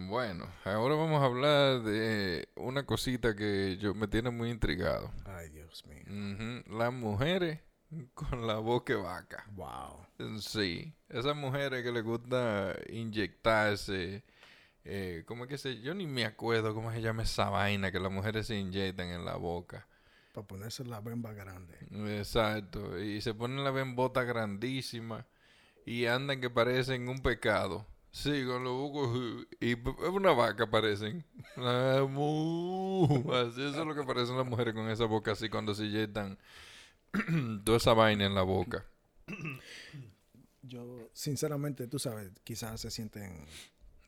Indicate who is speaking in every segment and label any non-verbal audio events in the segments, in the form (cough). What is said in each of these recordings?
Speaker 1: Bueno, ahora vamos a hablar de una cosita que yo me tiene muy intrigado.
Speaker 2: Ay, Dios mío.
Speaker 1: Ujú, Las mujeres (laughs) con la boca de vaca.
Speaker 2: Wow.
Speaker 1: Sí, esas mujeres que les gusta inyectarse, eh, ¿cómo es que se? Yo ni me acuerdo cómo se llama esa vaina que las mujeres se inyectan en la boca.
Speaker 2: Para ponerse la bemba grande.
Speaker 1: Exacto, y se ponen la bembota grandísima y andan que parecen un pecado. Sí, con los bucos y p- es una vaca parecen. (laughs) Ah, mu. Así eso es lo que parecen las mujeres con esa boca así cuando se inyectan (clears throat) toda esa vaina en la boca.
Speaker 2: Yo, sinceramente, tú sabes, quizás se sienten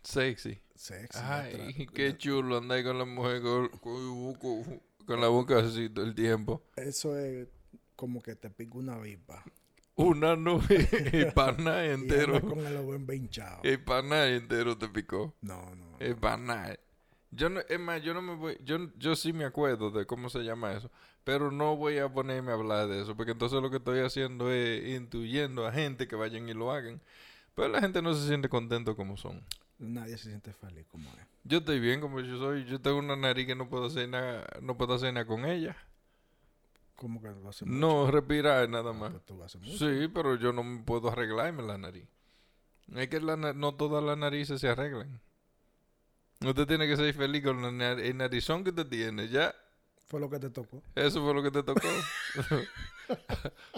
Speaker 1: Sexy.
Speaker 2: sexy.
Speaker 1: Ay,
Speaker 2: atra-
Speaker 1: qué chulo andar con la mujer con, con el buco, con la boca así todo el tiempo.
Speaker 2: Eso es como que te pica una vipa.
Speaker 1: Una nube (laughs) y paná
Speaker 2: y
Speaker 1: entero. Eh,
Speaker 2: andas con el bemba hinchado.
Speaker 1: El paná entero te picó.
Speaker 2: No, no.
Speaker 1: El paná. Yo no, es más, yo no me voy, yo, yo sí me acuerdo de cómo se llama eso, pero no voy a ponerme a hablar de eso, porque entonces lo que estoy haciendo es intuyendo a gente que vayan y lo hagan, pero la gente no se siente contento como son.
Speaker 2: Nadie se siente feliz como es.
Speaker 1: Yo estoy bien como yo soy, yo tengo una nariz que no puedo hacer nada, no puedo hacer nada con ella.
Speaker 2: Como que lo hace mucho.
Speaker 1: No, respirar nada más.
Speaker 2: Pues tú lo haces mucho.
Speaker 1: Sí, pero yo no me puedo arreglarme la nariz. Es que la na- no todas las narices se arreglan. Usted tiene que ser feliz con la nar- el narizón que usted tiene, ya.
Speaker 2: Fue lo que te tocó.
Speaker 1: Eso fue lo que te
Speaker 2: (laughs)
Speaker 1: tocó.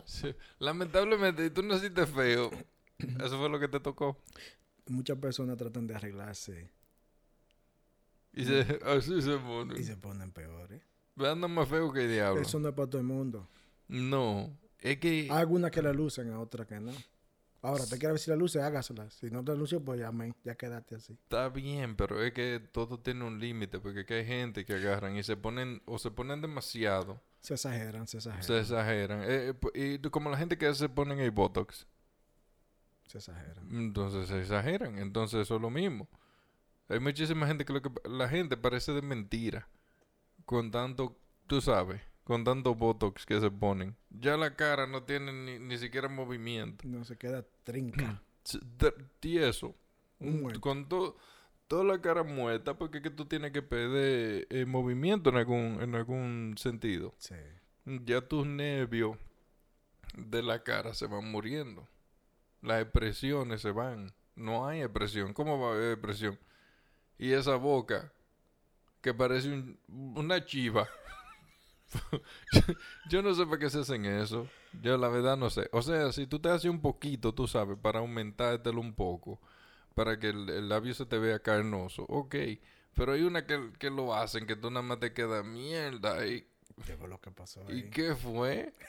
Speaker 1: Sí. Lamentablemente, tú naciste feo. Eso fue lo que te tocó.
Speaker 2: Muchas personas tratan de arreglarse
Speaker 1: Y se, así se pone.
Speaker 2: y se ponen peores.
Speaker 1: Anda más feo que el diablo.
Speaker 2: Eso Ah. no es para todo el mundo.
Speaker 1: No. Es que...
Speaker 2: Hay algunas que la lucen, a otras que no. Ahora, te quiero ver si la luces, hágaselas. Si no te luces, pues ya, men, ya quédate así.
Speaker 1: Está bien, pero es que todo tiene un límite, porque es que hay gente que agarran y se ponen, o se ponen demasiado,
Speaker 2: Se exageran, se exageran.
Speaker 1: se
Speaker 2: Se,
Speaker 1: exageran. Eh, eh, po- y tú- como la gente que se ponen el Botox,
Speaker 2: exageran.
Speaker 1: entonces se exageran, entonces eso es lo mismo. Hay muchísima gente que lo que la gente parece de mentira, con tanto, tú sabes, con tanto Botox que se ponen. Ya la cara no tiene ni, ni siquiera movimiento.
Speaker 2: No se queda trinca.
Speaker 1: s- tr- tieso. Un-
Speaker 2: Muerto.
Speaker 1: mm, Con to- toda la cara muerta, porque es que tú tienes que perder eh, movimiento en algún, en algún sentido.
Speaker 2: sí.
Speaker 1: Ya tus nervios de la cara se van muriendo. Las expresiones se van. No hay expresión. ¿Cómo va a haber expresión? Y esa boca que parece un- una chiva. (laughs) Yo no sé para qué se hacen eso. Yo la verdad no sé. O sea, si tú te haces un poquito, tú sabes, para aumentártelo un poco, para que el, el labio se te vea carnoso, ok. Pero hay una que, que lo hacen, que tú nada más te queda mierda. Y,
Speaker 2: ¿Qué fue lo que pasó ahí?
Speaker 1: ¿Y qué fue? (laughs)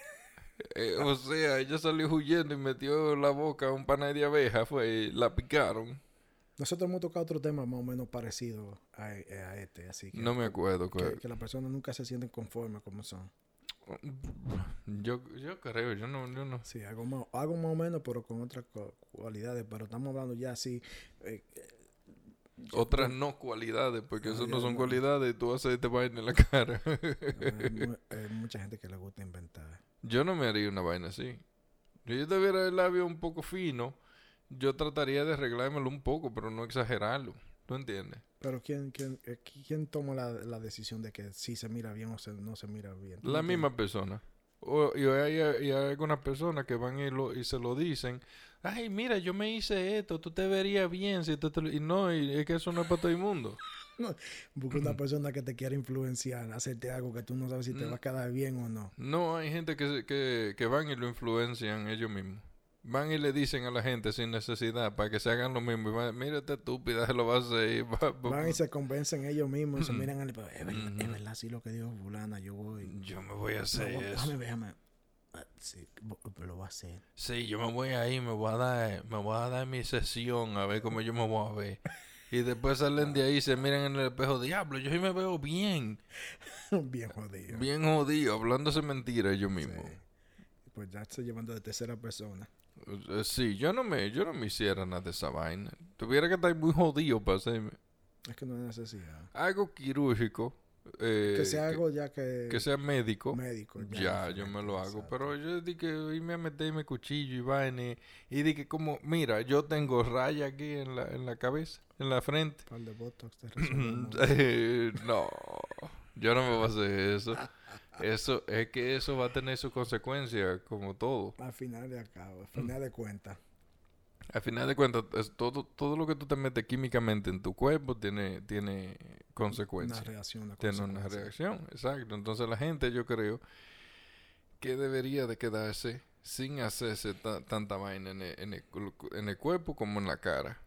Speaker 1: Eh, o sea, ella salió huyendo y metió en la boca un panal de abeja, fue, y la picaron.
Speaker 2: Nosotros hemos tocado otro tema más o menos parecido a, a este, así que,
Speaker 1: No me acuerdo.
Speaker 2: que,
Speaker 1: cuál.
Speaker 2: que las personas nunca se sienten conformes como son.
Speaker 1: Yo, yo creo, yo no, yo no.
Speaker 2: Sí, algo más, algo más o menos, pero con otras cu- cualidades. Pero estamos hablando ya así. eh,
Speaker 1: Otras no cualidades, porque
Speaker 2: No,
Speaker 1: eso
Speaker 2: ya
Speaker 1: no son
Speaker 2: no.
Speaker 1: cualidades, tú haces este vaina en la cara. (laughs)
Speaker 2: hay, eh, mu- hay mucha gente que le gusta inventar.
Speaker 1: Yo no me haría una vaina así. Si yo tuviera el labio un poco fino, yo trataría de arreglármelo un poco, pero no exagerarlo. ¿Tú entiendes?
Speaker 2: Pero ¿quién, quién, eh, quién toma la, la decisión de que si se mira bien o se- no se mira bien? ¿Tú me
Speaker 1: La
Speaker 2: entiendes?
Speaker 1: misma persona. O- y, hay, y hay algunas personas que van y, lo- y se lo dicen. Ay, mira, yo me hice esto. Tú te verías bien si tú te lo-". Y no, y es que eso no es para todo el mundo.
Speaker 2: Busca una persona que te quiera influenciar, hacerte algo que tú no sabes si te
Speaker 1: Mm.
Speaker 2: va a quedar bien o no.
Speaker 1: No, hay gente que, se- que, que van y lo influencian ellos mismos. Van y le dicen a la gente sin necesidad para que se hagan lo mismo. Y van, mira, esta estúpida lo va a hacer. y va- va-
Speaker 2: Van y se convencen ellos mismos y se miran al... Es verdad, es
Speaker 1: Ujú.
Speaker 2: verdad, sí lo que dijo fulana, yo voy.
Speaker 1: Yo me voy a
Speaker 2: No,
Speaker 1: hacer
Speaker 2: voy-
Speaker 1: eso.
Speaker 2: déjame, déjame. Ah, Sí, bo- lo voy
Speaker 1: (laughs)
Speaker 2: a hacer.
Speaker 1: Sí, yo me voy ahí, me voy a dar, me voy a dar mi sesión a ver cómo yo me voy a ver. Y después salen de ahí, se miran en el espejo, diablo, yo sí me veo bien,
Speaker 2: bien jodido.
Speaker 1: bien jodido, hablándose mentiras yo
Speaker 2: Sí.
Speaker 1: mismo.
Speaker 2: Pues ya estoy llevando de tercera persona.
Speaker 1: Eh, Sí, yo no me, yo no me hiciera nada de esa vaina. Tuviera que estar muy jodido para hacerme
Speaker 2: Es que no hay necesidad.
Speaker 1: algo quirúrgico, eh,
Speaker 2: que sea algo ya que,
Speaker 1: que sea médico,
Speaker 2: médico.
Speaker 1: ya, yo me lo hago. Pero yo di que irme a meterme cuchillo y vaina y- y di que como, mira, yo tengo raya aquí en la, en la cabeza, en la frente.
Speaker 2: Un par de botox
Speaker 1: (laughs)
Speaker 2: te resolvemos.
Speaker 1: Eh, no, yo no me voy a hacer
Speaker 2: (laughs)
Speaker 1: eso. Eso es que eso va a tener su consecuencia, como todo.
Speaker 2: Al final de acabo, al final de cuentas.
Speaker 1: Al final de cuentas, es todo, todo lo que tú te metes químicamente en tu cuerpo tiene, tiene
Speaker 2: Una
Speaker 1: consecuencias.
Speaker 2: reacción, una
Speaker 1: Tiene una
Speaker 2: consecuencia.
Speaker 1: reacción, exacto. Entonces la gente yo creo que debería de quedarse sin hacerse ta- tanta vaina en el, en el cu- en el cuerpo como en la cara.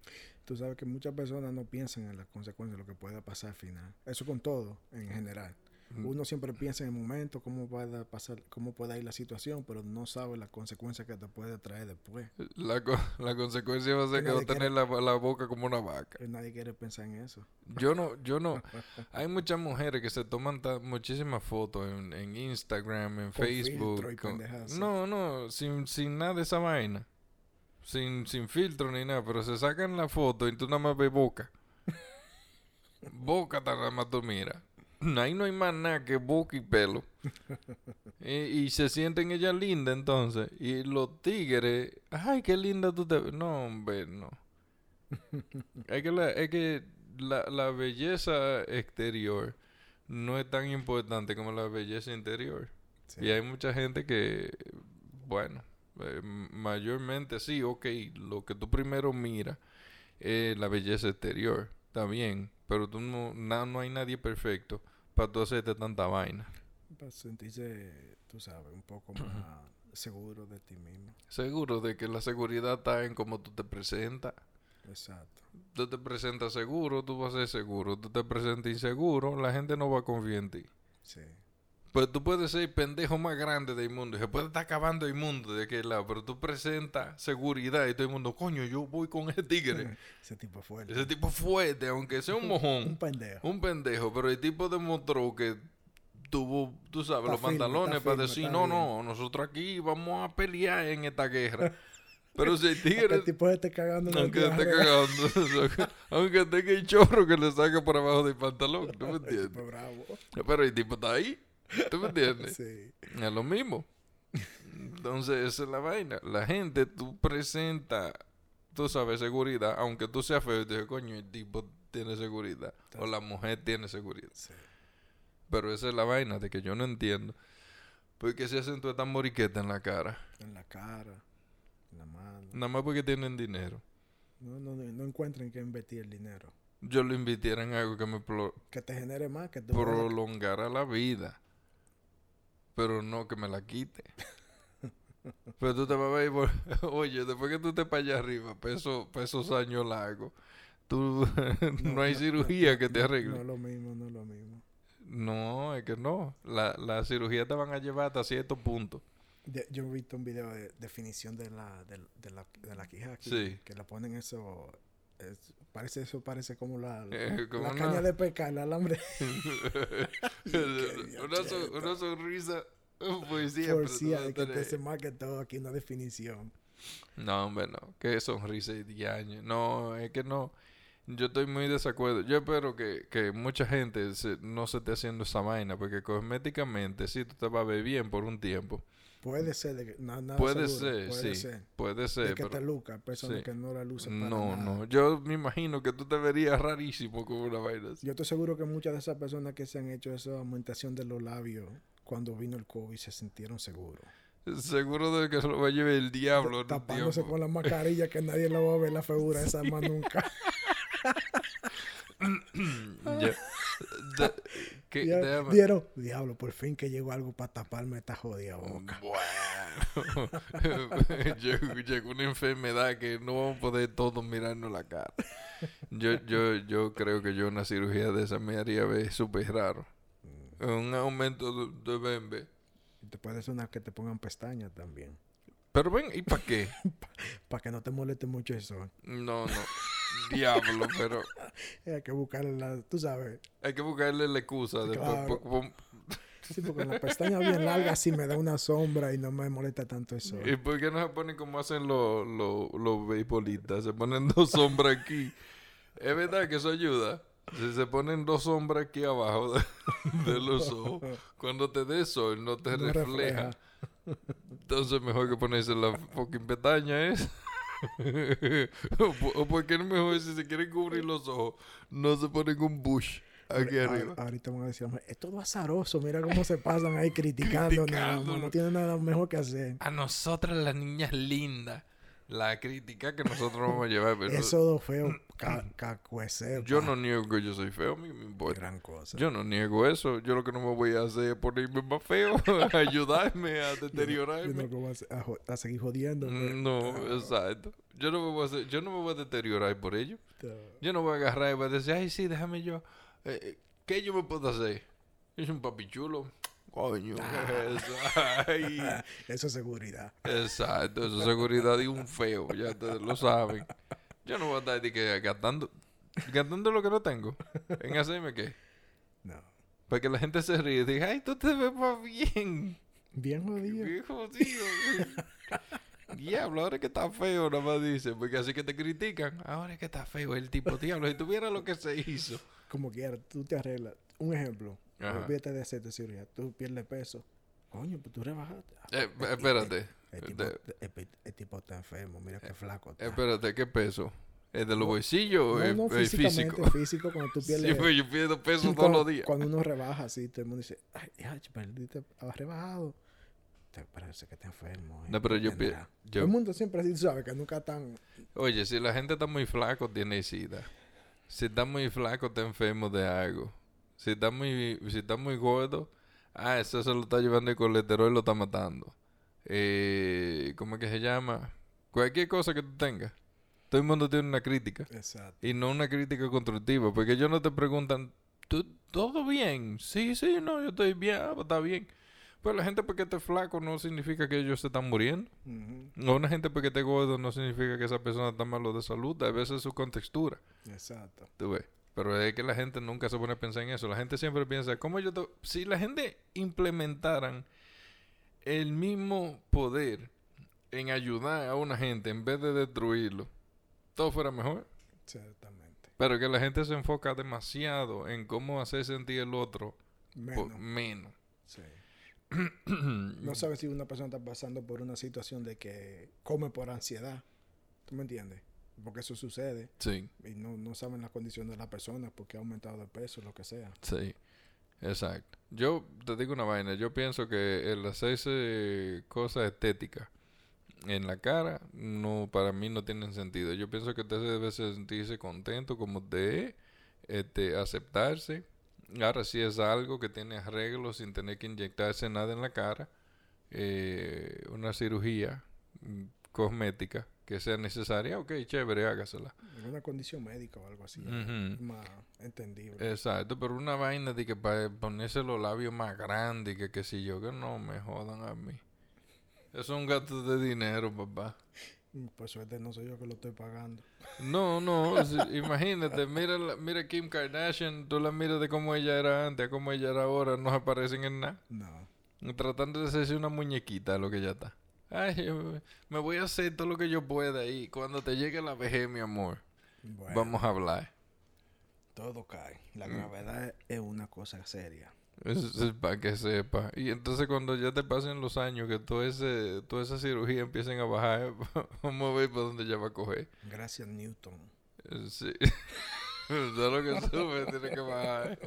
Speaker 2: Tú sabes que muchas personas no piensan en las consecuencias de lo que pueda pasar al final. Eso con todo, en
Speaker 1: Mm.
Speaker 2: general. Uno siempre piensa en el momento, cómo pueda pasar, cómo pueda ir la situación, pero no sabe las consecuencias que te puede traer después.
Speaker 1: La, co- (laughs) la consecuencia va a ser que
Speaker 2: Nadie
Speaker 1: va a tener la, la boca como una vaca.
Speaker 2: Que nadie quiere pensar en eso.
Speaker 1: Yo no, yo no. Hay muchas mujeres que se toman ta- muchísimas fotos en, en Instagram, en
Speaker 2: Con filtro
Speaker 1: Facebook.
Speaker 2: y
Speaker 1: con-
Speaker 2: pendejadas, sí.
Speaker 1: no, no, sin, sin nada de esa vaina. Sin, sin filtro ni nada, pero se sacan la foto y tú nada más ves
Speaker 2: (laughs)
Speaker 1: boca. boca tan nada más tú miras. Ahí no hay más nada que boca y
Speaker 2: (laughs)
Speaker 1: pelo. y, y se sienten ellas lindas entonces. Y los tigres, ay, qué linda tú te ves. No, hombre,
Speaker 2: (laughs)
Speaker 1: no. Es que, la, es que la, la belleza exterior no es tan importante como la belleza interior.
Speaker 2: Sí.
Speaker 1: Y hay mucha gente que, bueno, eh, mayormente sí, ok, lo que tú primero miras es la belleza exterior, está bien, pero tú no, na- no hay nadie perfecto para tú hacerte tanta vaina.
Speaker 2: Para sentirse, tú sabes, un poco más seguro de ti mismo.
Speaker 1: Seguro de que la seguridad está en cómo tú te presentas.
Speaker 2: Exacto.
Speaker 1: Tú te presentas seguro, tú vas a ser seguro. Tú te presentas inseguro, la gente no va a confiar en ti.
Speaker 2: Sí.
Speaker 1: Pero tú puedes ser el pendejo más grande del mundo. y Se puede estar acabando el mundo de aquel lado. Pero tú presentas seguridad y todo el mundo, coño, yo voy con ese tigre.
Speaker 2: Ese tipo fuerte.
Speaker 1: ese tipo es fuerte, aunque sea un mojón.
Speaker 2: Un pendejo.
Speaker 1: un pendejo. Pero el tipo demostró que tuvo, tú sabes,
Speaker 2: Está
Speaker 1: los
Speaker 2: firme,
Speaker 1: pantalones
Speaker 2: está
Speaker 1: para
Speaker 2: firme,
Speaker 1: decir,
Speaker 2: está
Speaker 1: no,
Speaker 2: bien".
Speaker 1: no, nosotros aquí vamos a pelear en esta
Speaker 2: (laughs)
Speaker 1: guerra. Pero si el
Speaker 2: Que
Speaker 1: tigre
Speaker 2: el Este tipo esté cagando en el
Speaker 1: aunque esté
Speaker 2: diarrea.
Speaker 1: cagando. (laughs) aunque tenga el chorro que le saca por abajo del pantalón. ¿Tú me
Speaker 2: (laughs) El
Speaker 1: entiendes?
Speaker 2: tipo bravo.
Speaker 1: Pero el tipo está ahí. ¿Tú me entiendes?
Speaker 2: Sí.
Speaker 1: Es lo mismo. Entonces, esa es la vaina. La gente, tú presenta, tú sabes, seguridad. Aunque tú seas feo, y te dices, coño, el tipo tiene seguridad. O la mujer tiene seguridad.
Speaker 2: Sí.
Speaker 1: Pero esa es la vaina de que yo no entiendo. ¿Por qué se hacen todas estas moriquetas en la cara?
Speaker 2: En la cara, en la mano.
Speaker 1: Nada más porque tienen dinero.
Speaker 2: No, no, no encuentren que invertir el dinero.
Speaker 1: Yo lo invirtiera en algo que me pro-
Speaker 2: Que te genere más, que te
Speaker 1: prolongara la vida. Pero no que me la
Speaker 2: (laughs)
Speaker 1: quite. Pero tú te vas a ver, y vol- (laughs) oye, después que tú estés para allá arriba, para esos, pa' esos años largos, tú (laughs) no, hay cirugía que te arregle.
Speaker 2: No es lo mismo, no es lo mismo.
Speaker 1: No, es que no. La, la cirugía te van a llevar hasta cierto
Speaker 2: (laughs)
Speaker 1: punto. (laughs)
Speaker 2: De- yo he visto un video de definición de la, de, de la, de la quija aquí,
Speaker 1: Sí.
Speaker 2: que la ponen eso. es- parece eso, parece como la, la,
Speaker 1: Eh, como
Speaker 2: la
Speaker 1: una-
Speaker 2: caña de pescar, el alambre. Qué
Speaker 1: una, so- una sonrisa, poesía. pero tú
Speaker 2: Torcida
Speaker 1: no
Speaker 2: de que te
Speaker 1: tenés-
Speaker 2: se marque todo aquí una definición.
Speaker 1: No, hombre, no. Qué sonrisa y diaño. No, es que no. Yo estoy muy desacuerdo. Yo espero que, que mucha gente se- no se esté haciendo esa vaina, porque cosméticamente sí tú te vas a ver bien por un tiempo.
Speaker 2: Puede ser, de que, na- nada
Speaker 1: Puede
Speaker 2: Ah, seguro,
Speaker 1: ser,
Speaker 2: puede
Speaker 1: sí.
Speaker 2: ser.
Speaker 1: Puede
Speaker 2: De
Speaker 1: ser,
Speaker 2: que te
Speaker 1: pero...
Speaker 2: luca, hay personas
Speaker 1: sí.
Speaker 2: que no la lucen para
Speaker 1: No,
Speaker 2: nada.
Speaker 1: no. Yo me imagino que tú te verías rarísimo con una vaina así.
Speaker 2: Yo estoy seguro que muchas de esas personas que se han hecho esa aumentación de los labios cuando vino el COVID se sintieron seguros.
Speaker 1: Seguro de que se lo va a llevar el diablo. en un
Speaker 2: Tapándose
Speaker 1: tiempo.
Speaker 2: con la mascarilla que nadie le va a ver la figura esa más nunca. (laughs)
Speaker 1: Ya. Da- (laughs) que-
Speaker 2: Ya
Speaker 1: déjame-
Speaker 2: Vieron, diablo, por fin que llegó algo para taparme esta jodida
Speaker 1: Mm.
Speaker 2: boca.
Speaker 1: Bueno, (laughs) llegó, llegó una enfermedad que no vamos a poder todos mirarnos la cara. Yo, yo, yo creo que yo una cirugía de esa me haría ver súper raro. Un aumento de, de bembe.
Speaker 2: Y Te puede ser una que te pongan pestañas también.
Speaker 1: Pero ven, ¿y para qué?
Speaker 2: Para que no te moleste mucho el sol.
Speaker 1: No, no. Diablo, pero
Speaker 2: Hay que buscar la, tú sabes.
Speaker 1: hay que buscarle la excusa. de po- po- po-
Speaker 2: Sí, porque con la pestaña bien larga sí me da una sombra y no me molesta tanto el sol.
Speaker 1: ¿Y por qué no se ponen como hacen los (laughs) los los beisbolistas? Se ponen dos sombras aquí. Es verdad que eso ayuda. Si se ponen dos sombras aquí abajo de, de los ojos, cuando te dé sol no te
Speaker 2: No
Speaker 1: refleja. Entonces mejor que ponerse la fucking pestaña es. (laughs) o, po- o porque no mejor si se quieren cubrir los ojos, no se ponen un bush aquí
Speaker 2: Ahora-
Speaker 1: arriba.
Speaker 2: a- Ahorita van a decir, "Hombre, es todo azaroso, mira cómo se pasan ahí criticando, nada,
Speaker 1: Criticándonos.
Speaker 2: no tienen nada mejor que hacer.
Speaker 1: A nosotras las niñas lindas, la crítica que nosotros vamos a llevar, pero
Speaker 2: Eso do feo, ca- cacueceo.
Speaker 1: yo
Speaker 2: pa,
Speaker 1: no niego que yo soy feo, a mí me importa.
Speaker 2: Gran cosa.
Speaker 1: Yo no niego eso, yo lo que no me voy a hacer es ponerme más feo, (laughs) ayudarme a Mm.
Speaker 2: Yo no
Speaker 1: deteriorarme.
Speaker 2: voy a se- a, jo- a seguir jodiendo. pero-
Speaker 1: No, exacto. Yo no me voy a hacer- yo no me voy a deteriorar por ello.
Speaker 2: Esto-
Speaker 1: Yo no voy a agarrar y voy a decir, ay, sí, déjame yo. Eh, eh, ¿Qué yo me puedo hacer? Yo soy un papi chulo. Coño,
Speaker 2: Ah.
Speaker 1: (laughs) eso. Ay.
Speaker 2: Eso es seguridad.
Speaker 1: Exacto, eso es seguridad y un feo, ya ustedes lo saben. Yo no voy a estar de que gastando, gastando lo que no tengo. En hacerme qué.
Speaker 2: No.
Speaker 1: Para que la gente se ríe y diga, ay, tú te ves más bien.
Speaker 2: (laughs) Bien jodido.
Speaker 1: Qué jodido. (laughs) Diablo, ahora es que está feo, nada más dice, porque así que te critican. Ahora es que está feo el tipo, diablo, si tuviera lo que se
Speaker 2: (laughs)
Speaker 1: hizo.
Speaker 2: Como quieras, tú te arreglas. Un ejemplo.
Speaker 1: Ajá.
Speaker 2: Olvídate de hacerte cirugía. Tú pierdes peso. Coño, pues tú rebajaste. Ah,
Speaker 1: Eh,
Speaker 2: el- el-
Speaker 1: espérate,
Speaker 2: El tipo,
Speaker 1: de- Eh,
Speaker 2: el pi- el tipo está enfermo. Mira qué flaco está.
Speaker 1: espérate, ¿qué peso? ¿El de los bolsillos
Speaker 2: No,
Speaker 1: o el,
Speaker 2: no,
Speaker 1: el
Speaker 2: físicamente,
Speaker 1: eh, físico?
Speaker 2: físico, cuando
Speaker 1: (laughs)
Speaker 2: tú
Speaker 1: Sí,
Speaker 2: pierdes...
Speaker 1: pues yo pierdo
Speaker 2: (laughs)
Speaker 1: peso todos
Speaker 2: cuando,
Speaker 1: los días.
Speaker 2: cuando uno rebaja así, todo el mundo dice, ay, ya, perdiste, has rebajado. Te parece que está enfermo. eh,
Speaker 1: No, pero yo
Speaker 2: tendrá".
Speaker 1: pi-
Speaker 2: Todo
Speaker 1: yo-
Speaker 2: el mundo siempre así, tú sabes, que nunca tan...
Speaker 1: Oye, si la gente está muy flaco, tiene sida. Si está muy flaco, está enfermo de algo. Si está muy, si está muy gordo, ah, eso se lo está llevando el colesterol y lo está matando. Eh, ¿Cómo es que se llama? Cualquier cosa que tú tengas. Todo el mundo tiene una crítica.
Speaker 2: Exacto.
Speaker 1: Y no una crítica constructiva, porque ellos no te preguntan, "¿Tú- ¿todo bien? Sí, sí, no, yo estoy bien, ah, está bien. Pues la gente porque esté flaco no significa que ellos se están muriendo.
Speaker 2: Ujú,
Speaker 1: No, una gente porque esté gordo no significa que esa persona está malo de salud. A veces es su contextura,
Speaker 2: Exacto.
Speaker 1: tú ves. Pero es que la gente nunca se pone a pensar en eso. La gente siempre piensa, ¿cómo yo...? to- Si la gente implementaran el mismo poder en ayudar a una gente en vez de destruirlo, todo fuera mejor.
Speaker 2: Exactamente.
Speaker 1: Pero que la gente se enfoca demasiado en cómo hacer sentir el otro
Speaker 2: Menos.
Speaker 1: por- menos.
Speaker 2: sí.
Speaker 1: mm. (clears throat)
Speaker 2: No sabes si una persona está pasando por una situación de que come por ansiedad. ¿Tú me entiendes? Porque eso sucede
Speaker 1: Sí,
Speaker 2: y no, no saben las condiciones de la persona porque ha aumentado de peso, lo que sea.
Speaker 1: sí. Exacto. Yo te digo una vaina. Yo pienso que el hacerse cosas estéticas en la cara, no, para mí no tienen sentido. Yo pienso que usted se debe sentirse contento como de este, aceptarse. Ahora si es algo que tiene arreglo sin tener que inyectarse nada en la cara. eh, una cirugía mm, cosmética que sea necesaria, ok, chévere, hágasela.
Speaker 2: Alguna condición médica o algo así.
Speaker 1: Ujú.
Speaker 2: Más entendible.
Speaker 1: Exacto, pero una vaina de que para ponerse los labios más grandes, que qué sé yo, que no me jodan a mí. Eso es un gasto de dinero, papá.
Speaker 2: Mm, Por suerte no soy yo que lo estoy pagando.
Speaker 1: No, no, si- imagínate, mira, la- mira Kim Kardashian, tú la miras de cómo ella era antes a cómo ella era ahora, no se parecen en nada.
Speaker 2: No.
Speaker 1: Tratando de hacerse una muñequita lo que ya está. Ay, yo- me voy a hacer todo lo que yo pueda y cuando te llegue la vejez, mi amor,
Speaker 2: Bueno,
Speaker 1: vamos Mm. a hablar.
Speaker 2: todo cae. La gravedad es una cosa seria.
Speaker 1: para que sepa. Y entonces cuando ya te pasen los años, que todo ese, toda esa cirugía empiecen a bajar, (laughs) vamos a ver para dónde ya va a coger.
Speaker 2: Gracias, Newton.
Speaker 1: Eh, Sí. (laughs) Todo lo que sube tiene que bajar.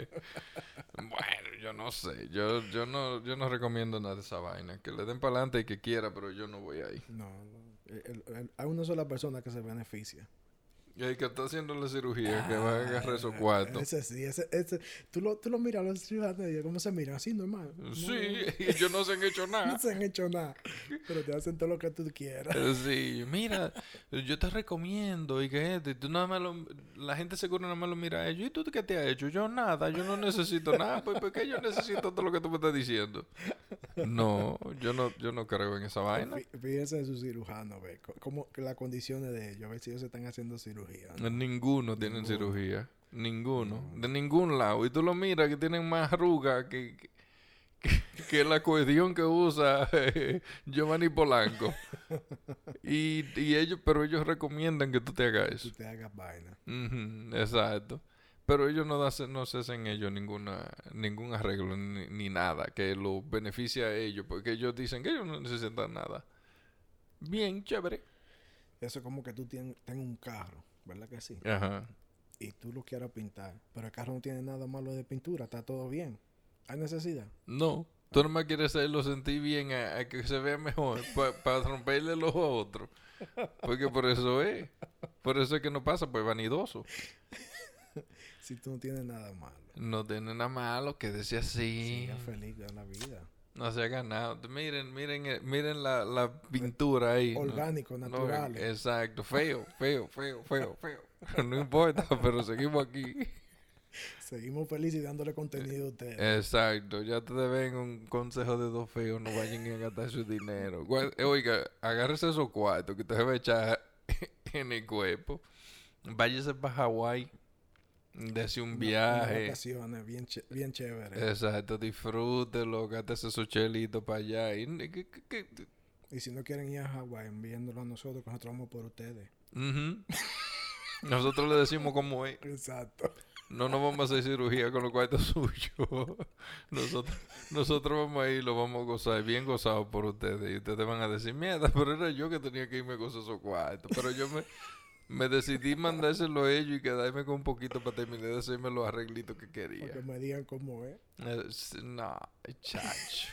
Speaker 1: Bueno, yo no sé. Yo, yo, no, yo no recomiendo nada de esa vaina. Que le den para adelante y que quiera, pero yo no voy ahí.
Speaker 2: No, no. El- el- el- hay una sola persona que se beneficia.
Speaker 1: Y el que está haciendo la cirugía, que va a agarrar esos
Speaker 2: Ah,
Speaker 1: cuartos.
Speaker 2: Ese sí, ese, ese. Tú lo, tú lo miras a los ciudadanos y cómo se miran así, normal. No,
Speaker 1: Sí, y yo no se han hecho
Speaker 2: No
Speaker 1: nada.
Speaker 2: se han hecho nada, pero te hacen todo lo que tú quieras.
Speaker 1: Eh, (laughs) Sí, mira, yo te recomiendo y que esto, y tú nada más lo- la gente seguro nada más lo mira a ellos. ¿Y tú qué te has hecho? Yo nada, yo no necesito nada, pues ¿por qué yo necesito todo lo que tú me estás diciendo? No, yo no, yo no creo en esa vaina.
Speaker 2: Fí- Fíjense en su cirujano, ve, co- cómo las condiciones de ellos, a ver si ellos se están haciendo cirugía. ¿no?
Speaker 1: Ninguno tienen
Speaker 2: Ninguno.
Speaker 1: cirugía, ninguno, de ningún lado. Y tú lo miras que tienen más arrugas que, que, que- que la cohesión que usa eh, Giovanni Polanco. Y, y ellos, pero ellos recomiendan que tú te hagas eso.
Speaker 2: Tú te hagas vaina.
Speaker 1: Ujú, exacto. pero ellos no, hacen, no se hacen ellos ninguna, ningún arreglo ni, ni nada que los beneficie a ellos, porque ellos dicen que ellos no necesitan nada. Bien, chévere.
Speaker 2: Eso es como que tú tienes, tengas un carro, ¿verdad que sí?
Speaker 1: Ajá.
Speaker 2: Y tú lo quieras pintar, pero el carro no tiene nada malo de pintura, está todo bien. ¿Hay necesidad?
Speaker 1: No, tú nomás quieres hacerlo sentir bien a, a que se vea mejor (laughs) para romperle el ojo a otro. Porque por eso es. Por eso es que no pasa, pues vanidoso.
Speaker 2: si tú no tienes nada malo.
Speaker 1: No tiene nada malo, quédese así.
Speaker 2: Sea feliz de la vida.
Speaker 1: No se ha ganado. Miren, miren, eh, miren la, la pintura ahí. ¿no?
Speaker 2: Orgánico,
Speaker 1: No,
Speaker 2: natural.
Speaker 1: exacto. Feo, feo, feo, feo, feo. No importa, (laughs) pero seguimos aquí.
Speaker 2: Seguimos felices y dándole contenido a ustedes.
Speaker 1: Exacto. Ya te deben un consejo de dos feos. No vayan a gastar su dinero. Gua- eh, Oiga, agárrese esos cuartos que te va a echar (laughs) en el cuerpo. Váyase para Hawái. Dese un
Speaker 2: Una- unas
Speaker 1: viaje.
Speaker 2: vacaciones bien, ch- bien chévere.
Speaker 1: Exacto. Disfrútelo. Gátese esos chelitos para allá. Y, que- que- que-
Speaker 2: Y si no quieren ir a Hawái, enviándolo a nosotros, que nosotros vamos por ustedes.
Speaker 1: Ujú. Nosotros le decimos cómo es.
Speaker 2: Exacto.
Speaker 1: No nos vamos a hacer cirugía con los cuartos suyos. (laughs) Nosotros, nosotros vamos a ir y lo vamos a gozar, bien gozado por ustedes. Y ustedes van a decir, mierda, pero era yo que tenía que irme con esos cuartos. Pero yo me, me decidí mandárselo a ellos y quedarme con un poquito para terminar de hacerme los arreglitos que
Speaker 2: Para
Speaker 1: quería.
Speaker 2: que me digan cómo es.
Speaker 1: Eh, s- No, chacho.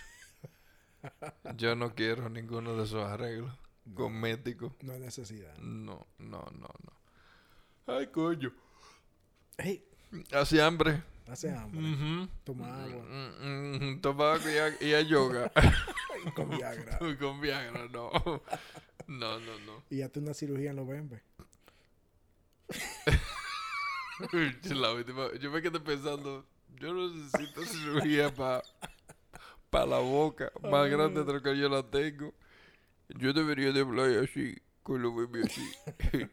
Speaker 1: Yo no quiero ninguno de esos arreglos
Speaker 2: No,
Speaker 1: cosméticos.
Speaker 2: no hay necesidad.
Speaker 1: No, no, no, no. Ay, coño.
Speaker 2: ¡Ey!
Speaker 1: Hace hambre.
Speaker 2: Hace hambre.
Speaker 1: Ujú.
Speaker 2: Toma agua.
Speaker 1: (laughs) Mm, mm, mm, toma agua y, ha- y a yoga. (laughs)
Speaker 2: Con Viagra.
Speaker 1: Con Viagra, no. No, no, no.
Speaker 2: Y hazte una cirugía en noviembre.
Speaker 1: La última- yo me quedé pensando, yo no necesito cirugía para la boca, más grande de lo que yo la tengo. Yo debería de hablar así, con los bebés así. (laughs)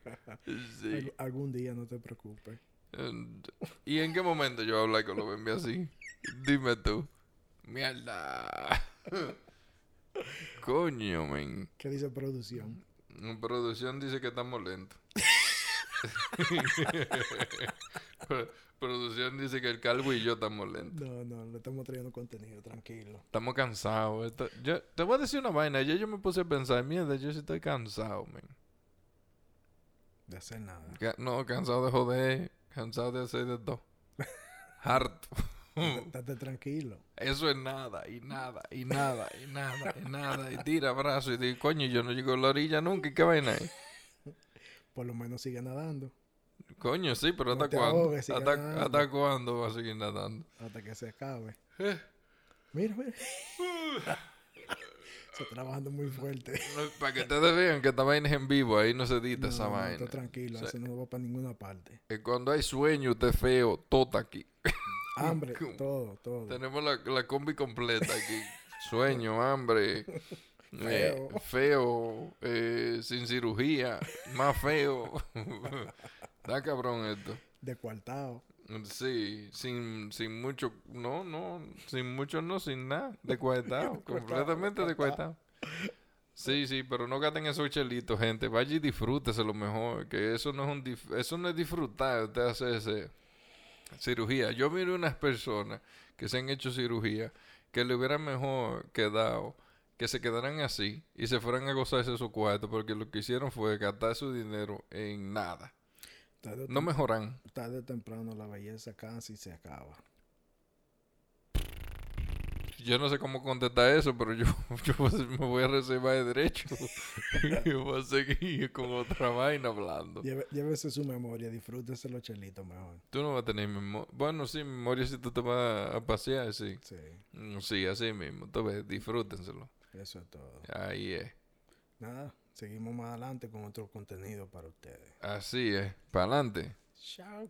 Speaker 1: Sí.
Speaker 2: Alg- algún día, no te preocupes.
Speaker 1: And- ¿Y en qué momento yo hablar con los bebés así? Dime tú. Mierda. (laughs) Coño, men.
Speaker 2: ¿Qué dice producción?
Speaker 1: En Producción dice que estamos
Speaker 2: (laughs)
Speaker 1: lentos. Pro- Producción dice que el calvo y yo estamos lentos.
Speaker 2: No, no, le estamos trayendo contenido, tranquilo.
Speaker 1: Estamos cansados. Esto- yo- te voy a decir una vaina. Yo, yo me puse a pensar, mierda, yo sí estoy cansado, men.
Speaker 2: De hacer nada.
Speaker 1: Ca- no, cansado de joder, cansado de hacer de todo. Harto.
Speaker 2: (laughs)
Speaker 1: (laughs)
Speaker 2: Estate tranquilo.
Speaker 1: Eso es nada, y nada, y nada, y nada, y nada. Y tira brazo y dice, coño, yo no llego a la orilla nunca. ¿Y qué vaina es?
Speaker 2: Por lo menos sigue nadando.
Speaker 1: Coño, sí, pero
Speaker 2: No
Speaker 1: ¿hasta
Speaker 2: te
Speaker 1: cuándo?
Speaker 2: ahogues, sigue
Speaker 1: ¿Hasta,
Speaker 2: nadando.
Speaker 1: ¿Hasta cuándo va a seguir nadando?
Speaker 2: Hasta que se acabe.
Speaker 1: Eh. (laughs)
Speaker 2: Mira, mira. Está trabajando muy fuerte.
Speaker 1: Para que ustedes vean que esta vaina es en vivo, ahí no se edita
Speaker 2: No,
Speaker 1: esa
Speaker 2: no,
Speaker 1: vaina.
Speaker 2: Está tranquilo,
Speaker 1: Sí.
Speaker 2: eso no va para ninguna parte.
Speaker 1: Eh, Cuando hay sueño, usted es feo, tota aquí. (laughs)
Speaker 2: Hambre,
Speaker 1: ¿Cómo?
Speaker 2: todo, todo.
Speaker 1: Tenemos la, la combi completa aquí. sueño,
Speaker 2: (laughs)
Speaker 1: hambre, eh,
Speaker 2: Feo.
Speaker 1: feo, eh, sin cirugía, más feo. (laughs) Está cabrón esto.
Speaker 2: Descuartado.
Speaker 1: Sí, sin, sin mucho, no, no, sin mucho no, sin nada, (laughs) descuartado, completamente descuartado. Sí, sí, pero no gaten esos chelitos, gente, vaya y disfrútese lo mejor, que eso no es un, dif- eso no es disfrutar, usted hace ese- cirugía. Yo miro unas personas que se han hecho cirugía, que le hubiera mejor quedado, que se quedaran así y se fueran a gozarse su cuarto, porque lo que hicieron fue gastar su dinero en nada,
Speaker 2: Tarde, o
Speaker 1: no
Speaker 2: tem-
Speaker 1: mejoran.
Speaker 2: tarde o temprano la belleza cansa y se acaba.
Speaker 1: Yo no sé cómo contestar eso, pero yo, (laughs) yo pues, me voy a reservar de derecho. (laughs) yo voy a seguir con otra vaina hablando.
Speaker 2: Lleve- llévese su memoria, disfrútese los chelitos mejor.
Speaker 1: Tú no vas a tener memoria. Bueno, sí, memoria si tú te vas a pasear, sí.
Speaker 2: Sí,
Speaker 1: Mm, Sí, así mismo. Tú ves, disfrútenselo.
Speaker 2: eso es todo.
Speaker 1: Ahí es.
Speaker 2: Nada, seguimos más adelante con otro contenido para ustedes.
Speaker 1: Así es. Para adelante.
Speaker 2: Chao.